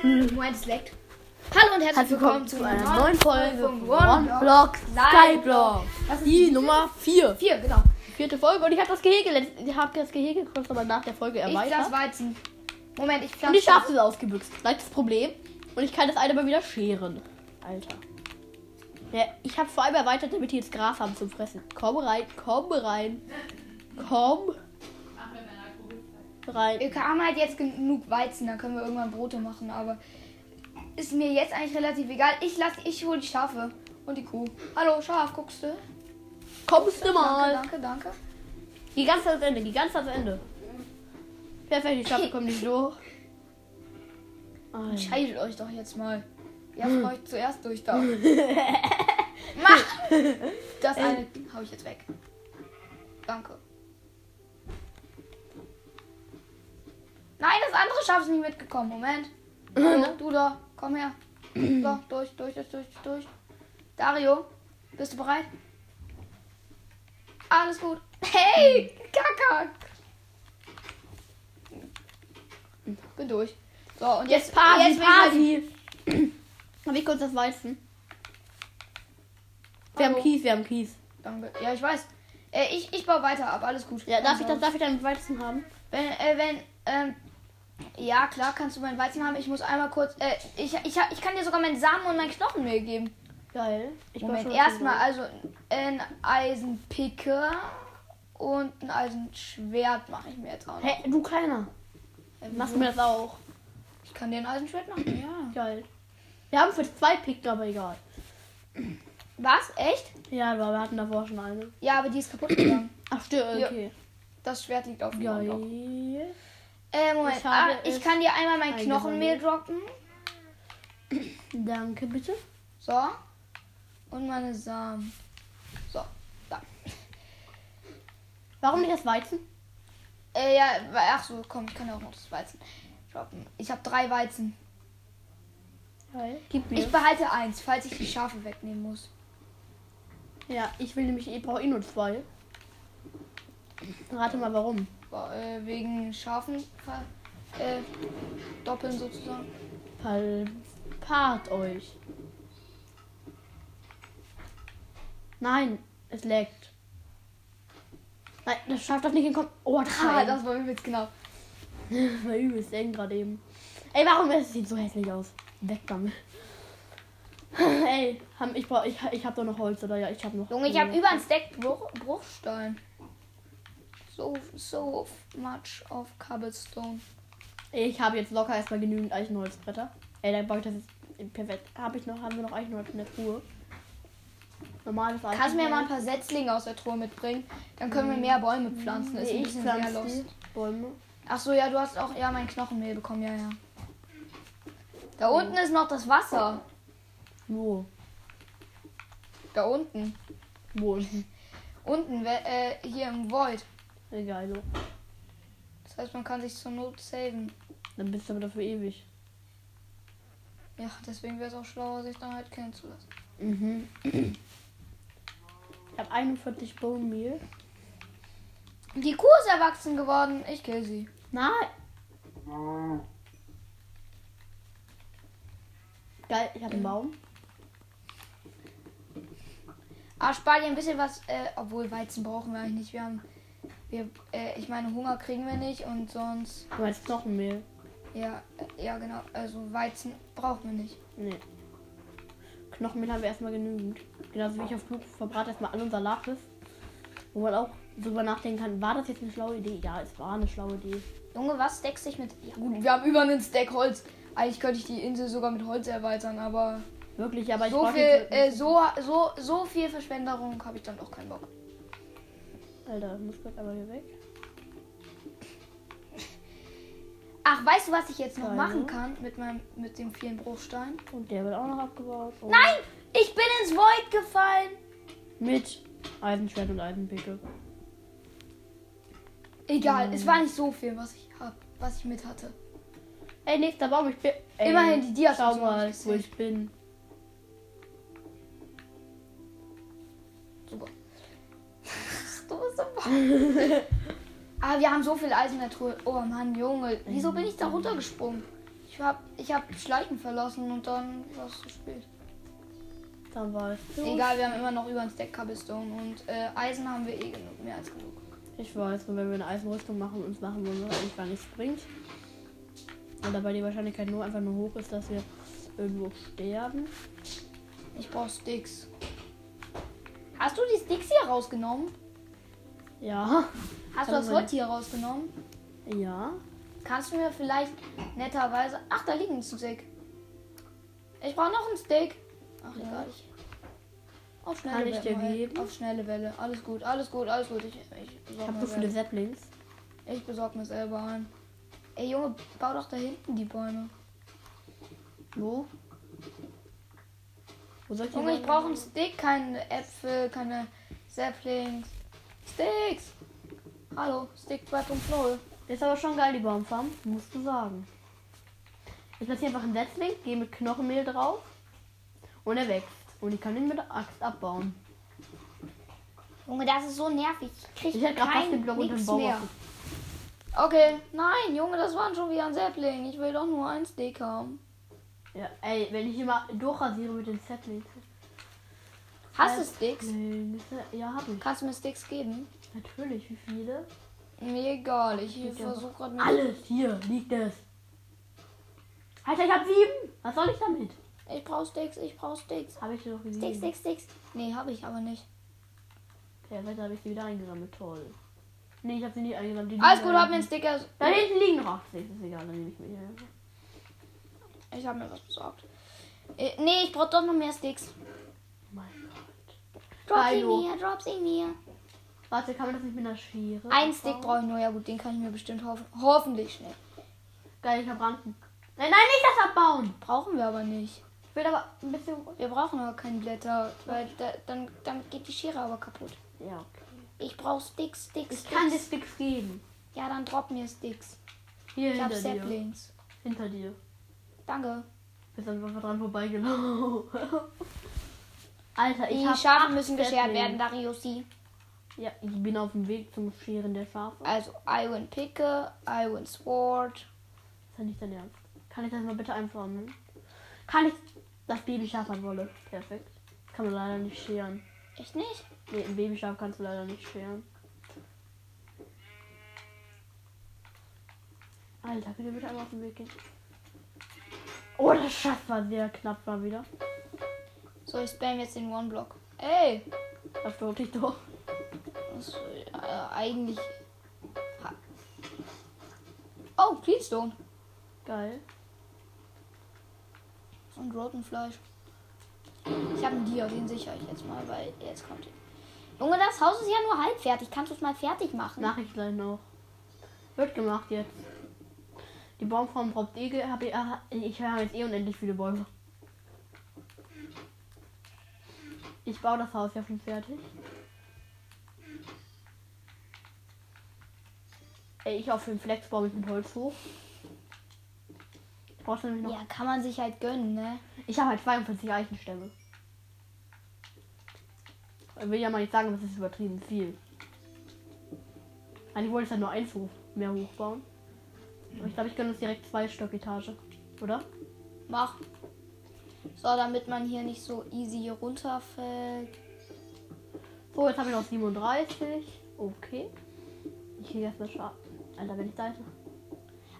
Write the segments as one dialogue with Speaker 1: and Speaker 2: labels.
Speaker 1: Hm.
Speaker 2: Im Moment es leckt. Hallo und herzlich willkommen zu einer neuen Folge von One Block
Speaker 1: Block Skyblock.
Speaker 2: Skyblock. Das ist
Speaker 1: Die Nummer 4.
Speaker 2: 4, genau.
Speaker 1: Vierte Folge. Und ich habe das Gehege, letzt- ich habe das Gehege kurz aber nach der Folge
Speaker 2: Ich
Speaker 1: erweitert.
Speaker 2: pflanze Weizen. Moment, ich
Speaker 1: und die
Speaker 2: pflanze.
Speaker 1: Schafe sind ausgebüxt. Leichtes Problem. Und ich kann das eine mal wieder scheren. Alter. Ja, ich habe vor allem erweitert, damit die jetzt Gras haben zum Fressen. Komm rein, komm rein. Komm. Rein.
Speaker 2: Wir haben halt jetzt genug Weizen, dann können wir irgendwann Brote machen, aber ist mir jetzt eigentlich relativ egal. Ich lasse, ich hole die Schafe und die Kuh. Hallo Schaf, guckst du?
Speaker 1: Kommst du mal.
Speaker 2: Danke, danke, danke.
Speaker 1: Die ganz ans Ende, die ganz ans Ende. Perfekt, die Schafe kommen nicht durch. Alter.
Speaker 2: Scheidet euch doch jetzt mal. Wer von euch zuerst durch da? Mach! Das eine hau ich jetzt weg. Danke. Nein, das andere Schaf ist nicht mitgekommen. Moment. Hallo, Ne, du da, komm her. So, durch, durch, durch, durch, durch. Dario, bist du bereit? Alles gut. Hey, Kaka. Bin durch. So, und jetzt,
Speaker 1: Jetzt Party,
Speaker 2: jetzt bin ich halt- mal die-
Speaker 1: Ah, Party. Hab ich kurz das Weizen? Wir
Speaker 2: Hallo.
Speaker 1: haben Kies, wir haben Kies.
Speaker 2: Danke. Ja, ich weiß. Äh, ich, ich baue weiter ab, alles gut.
Speaker 1: Ja, darf ich,
Speaker 2: Alles
Speaker 1: das, darf ich dein Weizen haben?
Speaker 2: Wenn, äh, wenn, ähm, ja, klar, kannst du mein Weizen haben. Ich muss einmal kurz, äh, ich, ich, ich kann dir sogar meinen Samen und mein Knochenmehl geben.
Speaker 1: Geil. Ich brauch
Speaker 2: Moment,
Speaker 1: schon
Speaker 2: erstmal
Speaker 1: was
Speaker 2: also ein Eisenpicker und ein Eisenschwert mache ich mir jetzt auch
Speaker 1: zum
Speaker 2: noch.
Speaker 1: Weizen. Hey, du Kleiner.
Speaker 2: Äh,
Speaker 1: Machst
Speaker 2: wieso?
Speaker 1: du mir das auch?
Speaker 2: Ich kann dir ein Eisenschwert machen, ja.
Speaker 1: Geil. Wir haben für zwei Pickler, aber egal.
Speaker 2: Was? Echt?
Speaker 1: Ja, aber wir hatten davor schon eine.
Speaker 2: Ja, aber die ist kaputt gegangen.
Speaker 1: Ach, stimmt.
Speaker 2: Ja.
Speaker 1: Okay.
Speaker 2: Das Schwert liegt auf dem Boden.
Speaker 1: Geil.
Speaker 2: Äh, Moment, ich,
Speaker 1: Ich habe
Speaker 2: ah, ich
Speaker 1: es
Speaker 2: kann dir einmal mein Knochenmehl droppen.
Speaker 1: Danke, bitte.
Speaker 2: So. Und meine Samen. So, da.
Speaker 1: Warum nicht das Weizen?
Speaker 2: Äh, ja, wa- ach so, komm, ich kann ja auch noch das Weizen droppen. Ich habe drei Weizen.
Speaker 1: Geil. Gib
Speaker 2: Ich
Speaker 1: mir.
Speaker 2: behalte eins, falls ich die Schafe wegnehmen muss.
Speaker 1: ja, ich will nämlich, ich brauche eh nur zwei. Rate mal, warum.
Speaker 2: Wa- Äh, wegen Schafen ver- äh, doppeln sozusagen.
Speaker 1: Pal paart euch. Nein, es laggt. Nein, das schafft das nicht in den Kopf. Oh,
Speaker 2: Ah,
Speaker 1: nein.
Speaker 2: das war übelst genau.
Speaker 1: das war übelst eng gerade eben. Ey, warum es sieht so hässlich aus? Weg damit. Ey, haben, ich, brauch, ich, ich hab doch noch Holz, oder? Ja, ich hab noch.
Speaker 2: Junge, ich habe über ein Stack Bruch, Bruchstein. So, so much of Cobblestone.
Speaker 1: Ich habe jetzt locker erstmal genügend Eichenholzbretter. Ey, dann baue ich das jetzt perfekt. Hab ich noch, haben wir noch Eichenholz in der Truhe? Normales Eichenholz.
Speaker 2: Kannst du mir mal ein paar Setzlinge aus der Truhe mitbringen? Dann können wir mehr Bäume pflanzen. Ist ein
Speaker 1: Ich
Speaker 2: bisschen mehr
Speaker 1: pflanze
Speaker 2: los.
Speaker 1: die Bäume.
Speaker 2: Ach so, ja, du hast auch ja mein Knochenmehl bekommen, ja, ja. Da unten ist noch das Wasser.
Speaker 1: Wo?
Speaker 2: Da unten.
Speaker 1: Wo unten?
Speaker 2: Unten, we- äh, hier im Void.
Speaker 1: Egal, so.
Speaker 2: Das heißt, man kann sich zur Not saven.
Speaker 1: Dann bist du aber dafür ewig.
Speaker 2: Ja, deswegen wäre es auch schlauer, sich dann halt killen zu lassen.
Speaker 1: Mhm. Ich habe 41 Bone Meal.
Speaker 2: Die Kuh ist erwachsen geworden. Ich kill sie.
Speaker 1: Nein! Geil, ich habe einen Baum.
Speaker 2: Ah, spar dir ein bisschen was. Äh, obwohl, Weizen brauchen wir eigentlich nicht. Wir haben. Wir, äh, ich meine, Hunger kriegen wir nicht und sonst.
Speaker 1: Du meinst Knochenmehl?
Speaker 2: Ja, äh, ja, genau. Also, Weizen brauchen wir nicht.
Speaker 1: Nee. Knochenmehl haben wir erstmal genügend. Genauso wie ich auf Flug verbrate erstmal an unser Lapis. Wo man auch drüber nachdenken kann, war das jetzt eine schlaue Idee? Ja, es war eine schlaue Idee.
Speaker 2: Junge, was deckst dich mit. Ja, gut, wir haben über einen Stack Holz. Eigentlich könnte ich die Insel sogar mit Holz erweitern, aber.
Speaker 1: Wirklich, aber ich
Speaker 2: so
Speaker 1: brauch
Speaker 2: viel,
Speaker 1: jetzt-
Speaker 2: äh, so, so, so viel Verschwenderung habe ich dann doch keinen Bock.
Speaker 1: Alter, ich muss kurz einmal hier weg.
Speaker 2: Ach, weißt du, was ich jetzt noch
Speaker 1: Hallo?
Speaker 2: machen kann mit meinem, mit dem vielen Bruchstein?
Speaker 1: Und der wird auch noch abgebaut. Und
Speaker 2: Nein, ich bin ins Void gefallen.
Speaker 1: Mit Eisenschwert und Eisenpickel.
Speaker 2: Egal, es war nicht so viel, was ich hab, was ich mit hatte.
Speaker 1: Ey, nächster Baum, ich bin. Ey,
Speaker 2: Immerhin, die Dias
Speaker 1: Schau
Speaker 2: hast du noch
Speaker 1: mal,
Speaker 2: nicht
Speaker 1: wo
Speaker 2: gesehen.
Speaker 1: ich bin.
Speaker 2: Super. du bist so Ah, wir haben so viel Eis in der Truhe. Oh Mann, Junge, wieso bin ich da runtergesprungen? Ich hab, ich hab Schleichen verlassen und dann war es zu spät.
Speaker 1: Dann weißt du.
Speaker 2: Egal, wir haben immer noch über uns Deck Cobblestone und äh, Eisen haben wir eh genug, mehr als genug.
Speaker 1: Ich weiß, nur wenn wir eine Eisenrüstung machen und es machen, wo es eigentlich gar nichts bringt. Und dabei die Wahrscheinlichkeit nur einfach nur hoch ist, dass wir irgendwo sterben.
Speaker 2: Ich brauch Sticks. Hast du die Sticks hier rausgenommen?
Speaker 1: Ja.
Speaker 2: Hast
Speaker 1: Kann
Speaker 2: du das
Speaker 1: man-
Speaker 2: Holz hier rausgenommen?
Speaker 1: Ja.
Speaker 2: Kannst du mir vielleicht netterweise. Ach, da liegt ein Stick. Ich brauche noch einen Stick. Ach,
Speaker 1: Ja.
Speaker 2: egal. Ich auf schnelle
Speaker 1: Kann ich dir
Speaker 2: Welle.
Speaker 1: geben?
Speaker 2: Auf schnelle Welle. Alles gut, alles gut, alles gut. Ich, ich
Speaker 1: Ich
Speaker 2: besorge
Speaker 1: habe
Speaker 2: mir,
Speaker 1: so viele
Speaker 2: selber-
Speaker 1: Saplings.
Speaker 2: ich besorg mir selber ein. Ey Junge, bau doch da hinten die Bäume.
Speaker 1: Wo? Wo soll ich die
Speaker 2: Junge, ich
Speaker 1: denn-
Speaker 2: brauche einen Stick, keine Äpfel, keine Saplings. Sticks! Hallo, Stick 2.0.
Speaker 1: Ist aber schon geil, die Baumfarm, musst du sagen. Ich platziere einfach einen Setzling, gehe mit Knochenmehl drauf und er wächst. Und ich kann ihn mit der Axt abbauen.
Speaker 2: Junge, das ist so nervig. Ich krieg
Speaker 1: Ich hätte gerade fast den Block unter den Baum. auf-
Speaker 2: Okay, nein, Junge, das waren schon wieder ein Sapling. Ich will doch nur einen Stick haben.
Speaker 1: Ja, ey, wenn ich immer durchrasiere mit den Setzlings.
Speaker 2: Hast
Speaker 1: Ja.
Speaker 2: du Sticks?
Speaker 1: Ja, hab ich.
Speaker 2: Kannst du mir Sticks geben?
Speaker 1: Natürlich, wie viele?
Speaker 2: Mir egal, ich
Speaker 1: Geht ja.
Speaker 2: versuche gerade
Speaker 1: Alles, hier liegt es. Alter, ich hab sieben. Was soll ich damit?
Speaker 2: Ich brauch Sticks, ich brauch Sticks.
Speaker 1: Habe ich dir doch gegeben.
Speaker 2: Sticks, Sticks, Sticks. Nee, habe ich aber nicht.
Speaker 1: Okay, weiter habe ich sie wieder eingesammelt. Toll. Nee, ich habe sie nicht eingesammelt. Die
Speaker 2: Alles
Speaker 1: liegen
Speaker 2: gut,
Speaker 1: da
Speaker 2: hab mir einen
Speaker 1: hinten.
Speaker 2: Sticker.
Speaker 1: Da hinten liegen noch 80. Ist egal, dann nehme ich mich.
Speaker 2: Ich habe mir was besorgt. Äh, Nee, ich brauch doch noch mehr Sticks.
Speaker 1: Mein Gott.
Speaker 2: Drop sie
Speaker 1: Hallo.
Speaker 2: mir, drop sie mir.
Speaker 1: Warte, kann man das nicht mit einer Schere?
Speaker 2: Einen
Speaker 1: abbauen?
Speaker 2: Stick brauche ich nur. Ja gut, den kann ich mir bestimmt hoff hoffentlich schnell.
Speaker 1: Geil, ich hab Ranken. Nein, nein, nicht das abbauen.
Speaker 2: Brauchen wir aber nicht.
Speaker 1: Ich will aber ein bisschen.
Speaker 2: Wir brauchen aber keine Blätter, weil da, dann, damit geht die Schere aber kaputt.
Speaker 1: Ja, okay.
Speaker 2: Ich brauche Sticks, Sticks,
Speaker 1: Ich
Speaker 2: Sticks.
Speaker 1: kann dir Sticks geben.
Speaker 2: Ja, dann drop mir Sticks.
Speaker 1: Hier
Speaker 2: Ich hab
Speaker 1: hinter dir.
Speaker 2: Saplings.
Speaker 1: Hinter dir.
Speaker 2: Danke.
Speaker 1: Bist einfach dran vorbeigelaufen. Alter, ich
Speaker 2: Die
Speaker 1: hab
Speaker 2: Schafe
Speaker 1: acht
Speaker 2: müssen geschert
Speaker 1: Saplings.
Speaker 2: werden, Darius sie.
Speaker 1: Ja, ich bin auf dem Weg zum Scheren der Schafe.
Speaker 2: Also Iron Picke, Iron Sword.
Speaker 1: Ist ja nicht dein Ernst. Kann ich das mal bitte einformen? Kann ich das Babyschaf an Wolle? Perfekt. Kann man leider nicht scheren.
Speaker 2: Echt nicht?
Speaker 1: Nee, ein Babyschaf kannst du leider nicht scheren. Alter, könnt ihr bitte einmal auf den Weg gehen? Oh, das Schaf war sehr knapp mal wieder.
Speaker 2: So, ich spam jetzt den One-Block. Ey!
Speaker 1: Das wollte ich doch.
Speaker 2: Das, äh, eigentlich. Ha. Oh, Cleanstone.
Speaker 1: Geil.
Speaker 2: Und Rotenfleisch. Ich habe einen Dia, den sichere ich jetzt mal, weil jetzt kommt. Junge, das Haus ist ja nur halb fertig. Kannst du es mal fertig machen?
Speaker 1: Mach ich gleich noch. Wird gemacht jetzt. Die Baumform braucht Egel. Hab ich, ah, ich habe jetzt eh unendlich viele Bäume. Ich baue das Haus ja schon fertig. Ey, ich auf den Flex baue ich mit Holz hoch. Ich brauche nämlich noch.
Speaker 2: Ja, kann man sich halt gönnen, ne?
Speaker 1: Ich habe halt 42 Eichenstämme. Ich will ja mal nicht sagen, das ist übertrieben viel. Eigentlich wollte ich ja nur eins hoch, mehr hochbauen. Aber ich glaube, ich gönne uns direkt zwei Stock Etage. Oder?
Speaker 2: Mach. So, damit man hier nicht so easy runterfällt.
Speaker 1: So, jetzt habe ich noch 37. Okay. Ich kriege erstmal Schaden. Alter, wenn ich da hätte.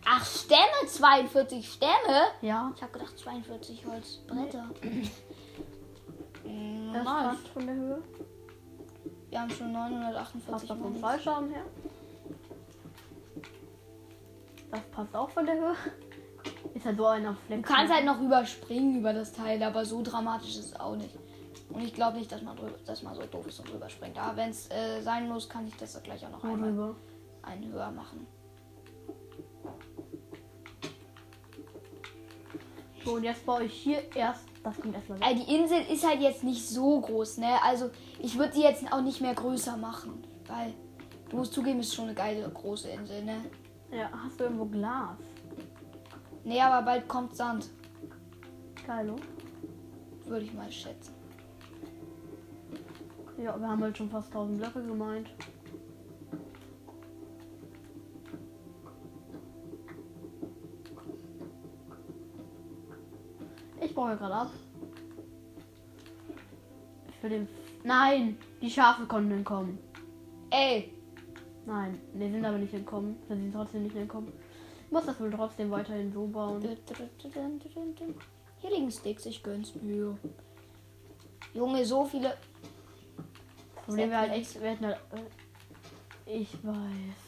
Speaker 2: Ach, Stämme, 42 Stämme?
Speaker 1: Ja.
Speaker 2: Ich habe gedacht 42 Holzbretter. Mm,
Speaker 1: Das
Speaker 2: nice.
Speaker 1: passt von der Höhe.
Speaker 2: Wir haben schon
Speaker 1: Passt
Speaker 2: 948
Speaker 1: auch vom
Speaker 2: Minis.
Speaker 1: Fallschaden her. Das passt auch von der Höhe. Ist halt so einer Fleck.
Speaker 2: Du kannst halt noch überspringen über das Teil, aber so dramatisch ist es auch nicht. Und ich glaube nicht, dass man, drüber, dass man so doof ist und rüberspringt. Aber wenn es äh, sein muss, kann ich das gleich auch noch
Speaker 1: Wo
Speaker 2: einmal
Speaker 1: drüber?
Speaker 2: einen höher machen.
Speaker 1: So, und jetzt baue ich hier erst. Das kommt erstmal weg.
Speaker 2: Äh, die Insel ist halt jetzt nicht so groß, ne? Also ich würde die jetzt auch nicht mehr größer machen, weil du musst zugeben, ist schon eine geile große Insel, ne?
Speaker 1: Ja, hast du irgendwo Glas?
Speaker 2: Nee, aber bald kommt Sand,
Speaker 1: Geilo.
Speaker 2: würde ich mal schätzen.
Speaker 1: Ja, wir haben halt schon fast 1000 Blöcke gemeint. Ich baue ja gerade ab. Für den. Nein! Die Schafe konnten entkommen.
Speaker 2: Ey,
Speaker 1: Nein, die sind aber nicht entkommen. Sie sind trotzdem nicht entkommen. Ich muss das wohl trotzdem weiterhin so bauen.
Speaker 2: Hier liegen Sticks, ich gönn's.
Speaker 1: Ja.
Speaker 2: Junge, so viele.
Speaker 1: Das Problem wäre halt echt, wir hätten halt. äh, Ich weiß.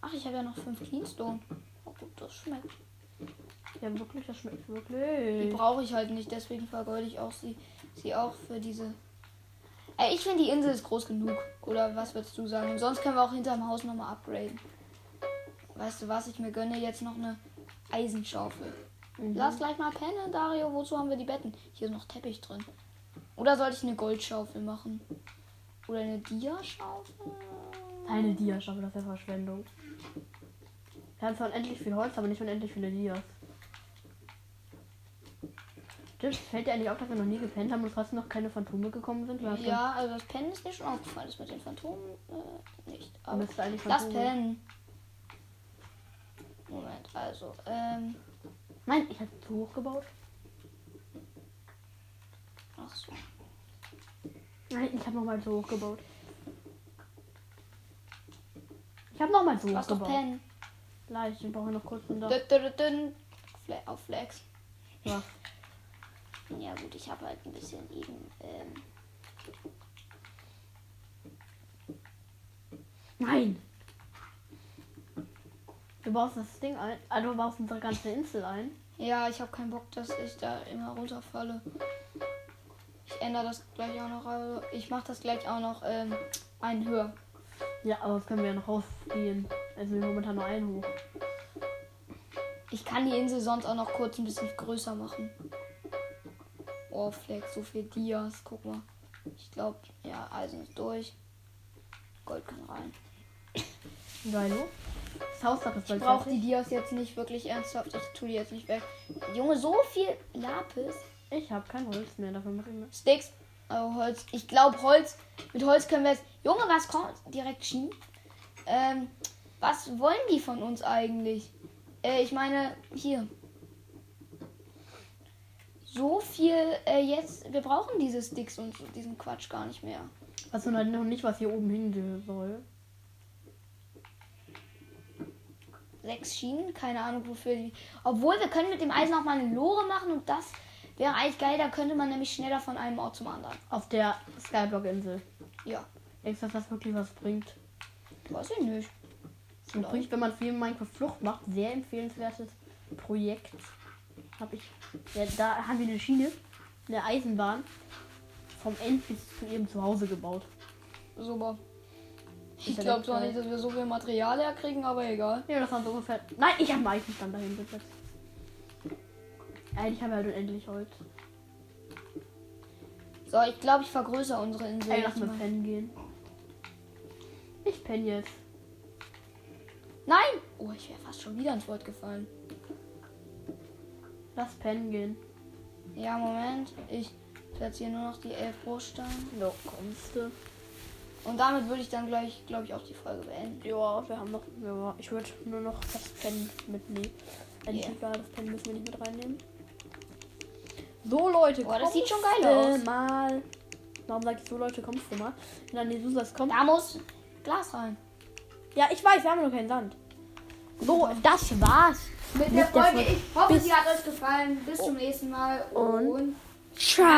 Speaker 2: Ach, ich habe ja noch fünf Cleanstone. Oh gut, das schmeckt.
Speaker 1: Ja, wirklich, das schmeckt
Speaker 2: Die
Speaker 1: wirklich.
Speaker 2: brauche ich halt nicht, deswegen vergeude ich auch sie, sie auch für diese. Ey, ich finde die Insel ist groß genug. Oder was würdest du sagen? Und sonst können wir auch hinterm Haus nochmal upgraden. Weißt du was? Ich mir gönne jetzt noch eine Eisenschaufel. Lass gleich mal pennen, Dario. Wozu haben wir die Betten? Hier ist noch Teppich drin. Oder sollte ich eine Goldschaufel machen? Oder eine Dia-Schaufel?
Speaker 1: Eine Dias, aber das ist ja Verschwendung. Wir haben zwar unendlich viel Holz, aber nicht unendlich viele Dias. Stimmt, fällt dir eigentlich auf, dass wir noch nie gepennt haben und trotzdem noch keine Phantome gekommen sind? Weil wir-
Speaker 2: Ja, also das Pennen ist mir schon aufgefallen. Das mit den Phantomen äh, nicht. Aber
Speaker 1: müsste eigentlich
Speaker 2: das
Speaker 1: Phantome-
Speaker 2: Pennen. Moment, also. Ähm,
Speaker 1: Nein, ich habe zu hoch gebaut.
Speaker 2: ach so.
Speaker 1: Nein, ich habe nochmal zu hoch gebaut. Ich habe nochmal zu
Speaker 2: Du Äh.
Speaker 1: hoch
Speaker 2: hast doch
Speaker 1: gebaut.
Speaker 2: Pennen.
Speaker 1: Gleich, ich brauche noch kurz ein Dach.
Speaker 2: Dün, dün, dün. Fla- Auf Flex.
Speaker 1: Ja.
Speaker 2: Ja gut, ich habe halt ein bisschen eben. Ähm,
Speaker 1: Nein! Du baust das Ding ein. Ah, du baust unsere ganze Insel ein.
Speaker 2: ja, ich habe keinen Bock, dass ich da immer runterfalle. Ich ändere das gleich auch noch. Also ich mache das gleich auch noch ähm, einen höher.
Speaker 1: Ja, aber das können wir ja noch rausgehen. Also wir haben momentan nur einen hoch.
Speaker 2: Ich kann die Insel sonst auch noch kurz ein bisschen größer machen. Oh, Flex, so viel Dias. Guck mal. Ich glaube, ja, Eisen ist durch. Gold kann rein.
Speaker 1: Geilo. Das Hausdach ist
Speaker 2: Ich
Speaker 1: bald
Speaker 2: brauche die
Speaker 1: fertig.
Speaker 2: Dias jetzt nicht wirklich ernsthaft. Ich tue die jetzt nicht weg. Junge, so viel Lapis.
Speaker 1: Ich habe kein Holz mehr, dafür mache ich mir.
Speaker 2: Sticks. Also Holz. Ich glaube, Holz. Mit Holz können wir jetzt. Junge, was kommt? Direkt schieben. Ähm, was wollen die von uns eigentlich? Äh, ich meine, hier. So viel äh, jetzt. Wir brauchen diese Sticks und so- diesen Quatsch gar nicht mehr.
Speaker 1: Weißt du Also noch nicht, was hier oben hingehen soll?
Speaker 2: Sechs Schienen, keine Ahnung wofür die. Obwohl, wir können mit dem Eisen auch mal eine Lore machen und das wäre eigentlich geil. Da könnte man nämlich schneller von einem Ort zum anderen.
Speaker 1: Auf der Skyblock-Insel.
Speaker 2: Ja,
Speaker 1: Denkst du, dass das wirklich was bringt?
Speaker 2: weiß ich nicht.
Speaker 1: Und bringt, wenn man viel Minecraft Flucht macht, sehr empfehlenswertes Projekt. Hab ich. Ja, da haben wir eine Schiene, eine Eisenbahn vom End bis zu ihrem Zuhause gebaut.
Speaker 2: Super. Ich
Speaker 1: ja
Speaker 2: glaube
Speaker 1: echt
Speaker 2: zwar
Speaker 1: geil.
Speaker 2: nicht, dass wir so viel Material herkriegen, aber egal.
Speaker 1: Ja, das waren so ungefähr. Nein, ich habe einen Eisenstand dahin gesetzt. Eigentlich haben wir halt unendlich Holz.
Speaker 2: So, ich glaube, ich vergrößere unsere Insel.
Speaker 1: Ey,
Speaker 2: jetzt
Speaker 1: lass mal
Speaker 2: mal.
Speaker 1: pennen gehen. Ich penne jetzt.
Speaker 2: Nein! Oh, ich wäre fast schon wieder ins Wort gefallen.
Speaker 1: Lass pennen gehen.
Speaker 2: Ja, Moment. Ich platziere nur noch die elf Rohsteine.
Speaker 1: Ja, kommst du.
Speaker 2: Und damit würde ich dann gleich, glaube ich, auch die Folge beenden.
Speaker 1: Ja, wir haben noch. Ja, ich würde nur noch das Pen mitnehmen. Eigentlich
Speaker 2: Yeah.
Speaker 1: egal, das Pen müssen wir nicht mit reinnehmen. So, Leute,
Speaker 2: Boah, das sieht schon
Speaker 1: kommst
Speaker 2: geil
Speaker 1: du
Speaker 2: aus.
Speaker 1: mal. Warum sag ich so, Leute, kommst du mal? Wenn dann die Susas kommt.
Speaker 2: Da muss Glas rein.
Speaker 1: Ja, ich weiß, wir haben noch keinen Sand. So, das war's.
Speaker 2: Mit
Speaker 1: der Folge.
Speaker 2: Ich hoffe,
Speaker 1: Bis- Oh. sie
Speaker 2: hat euch gefallen. Bis zum nächsten Mal.
Speaker 1: Und- Ciao.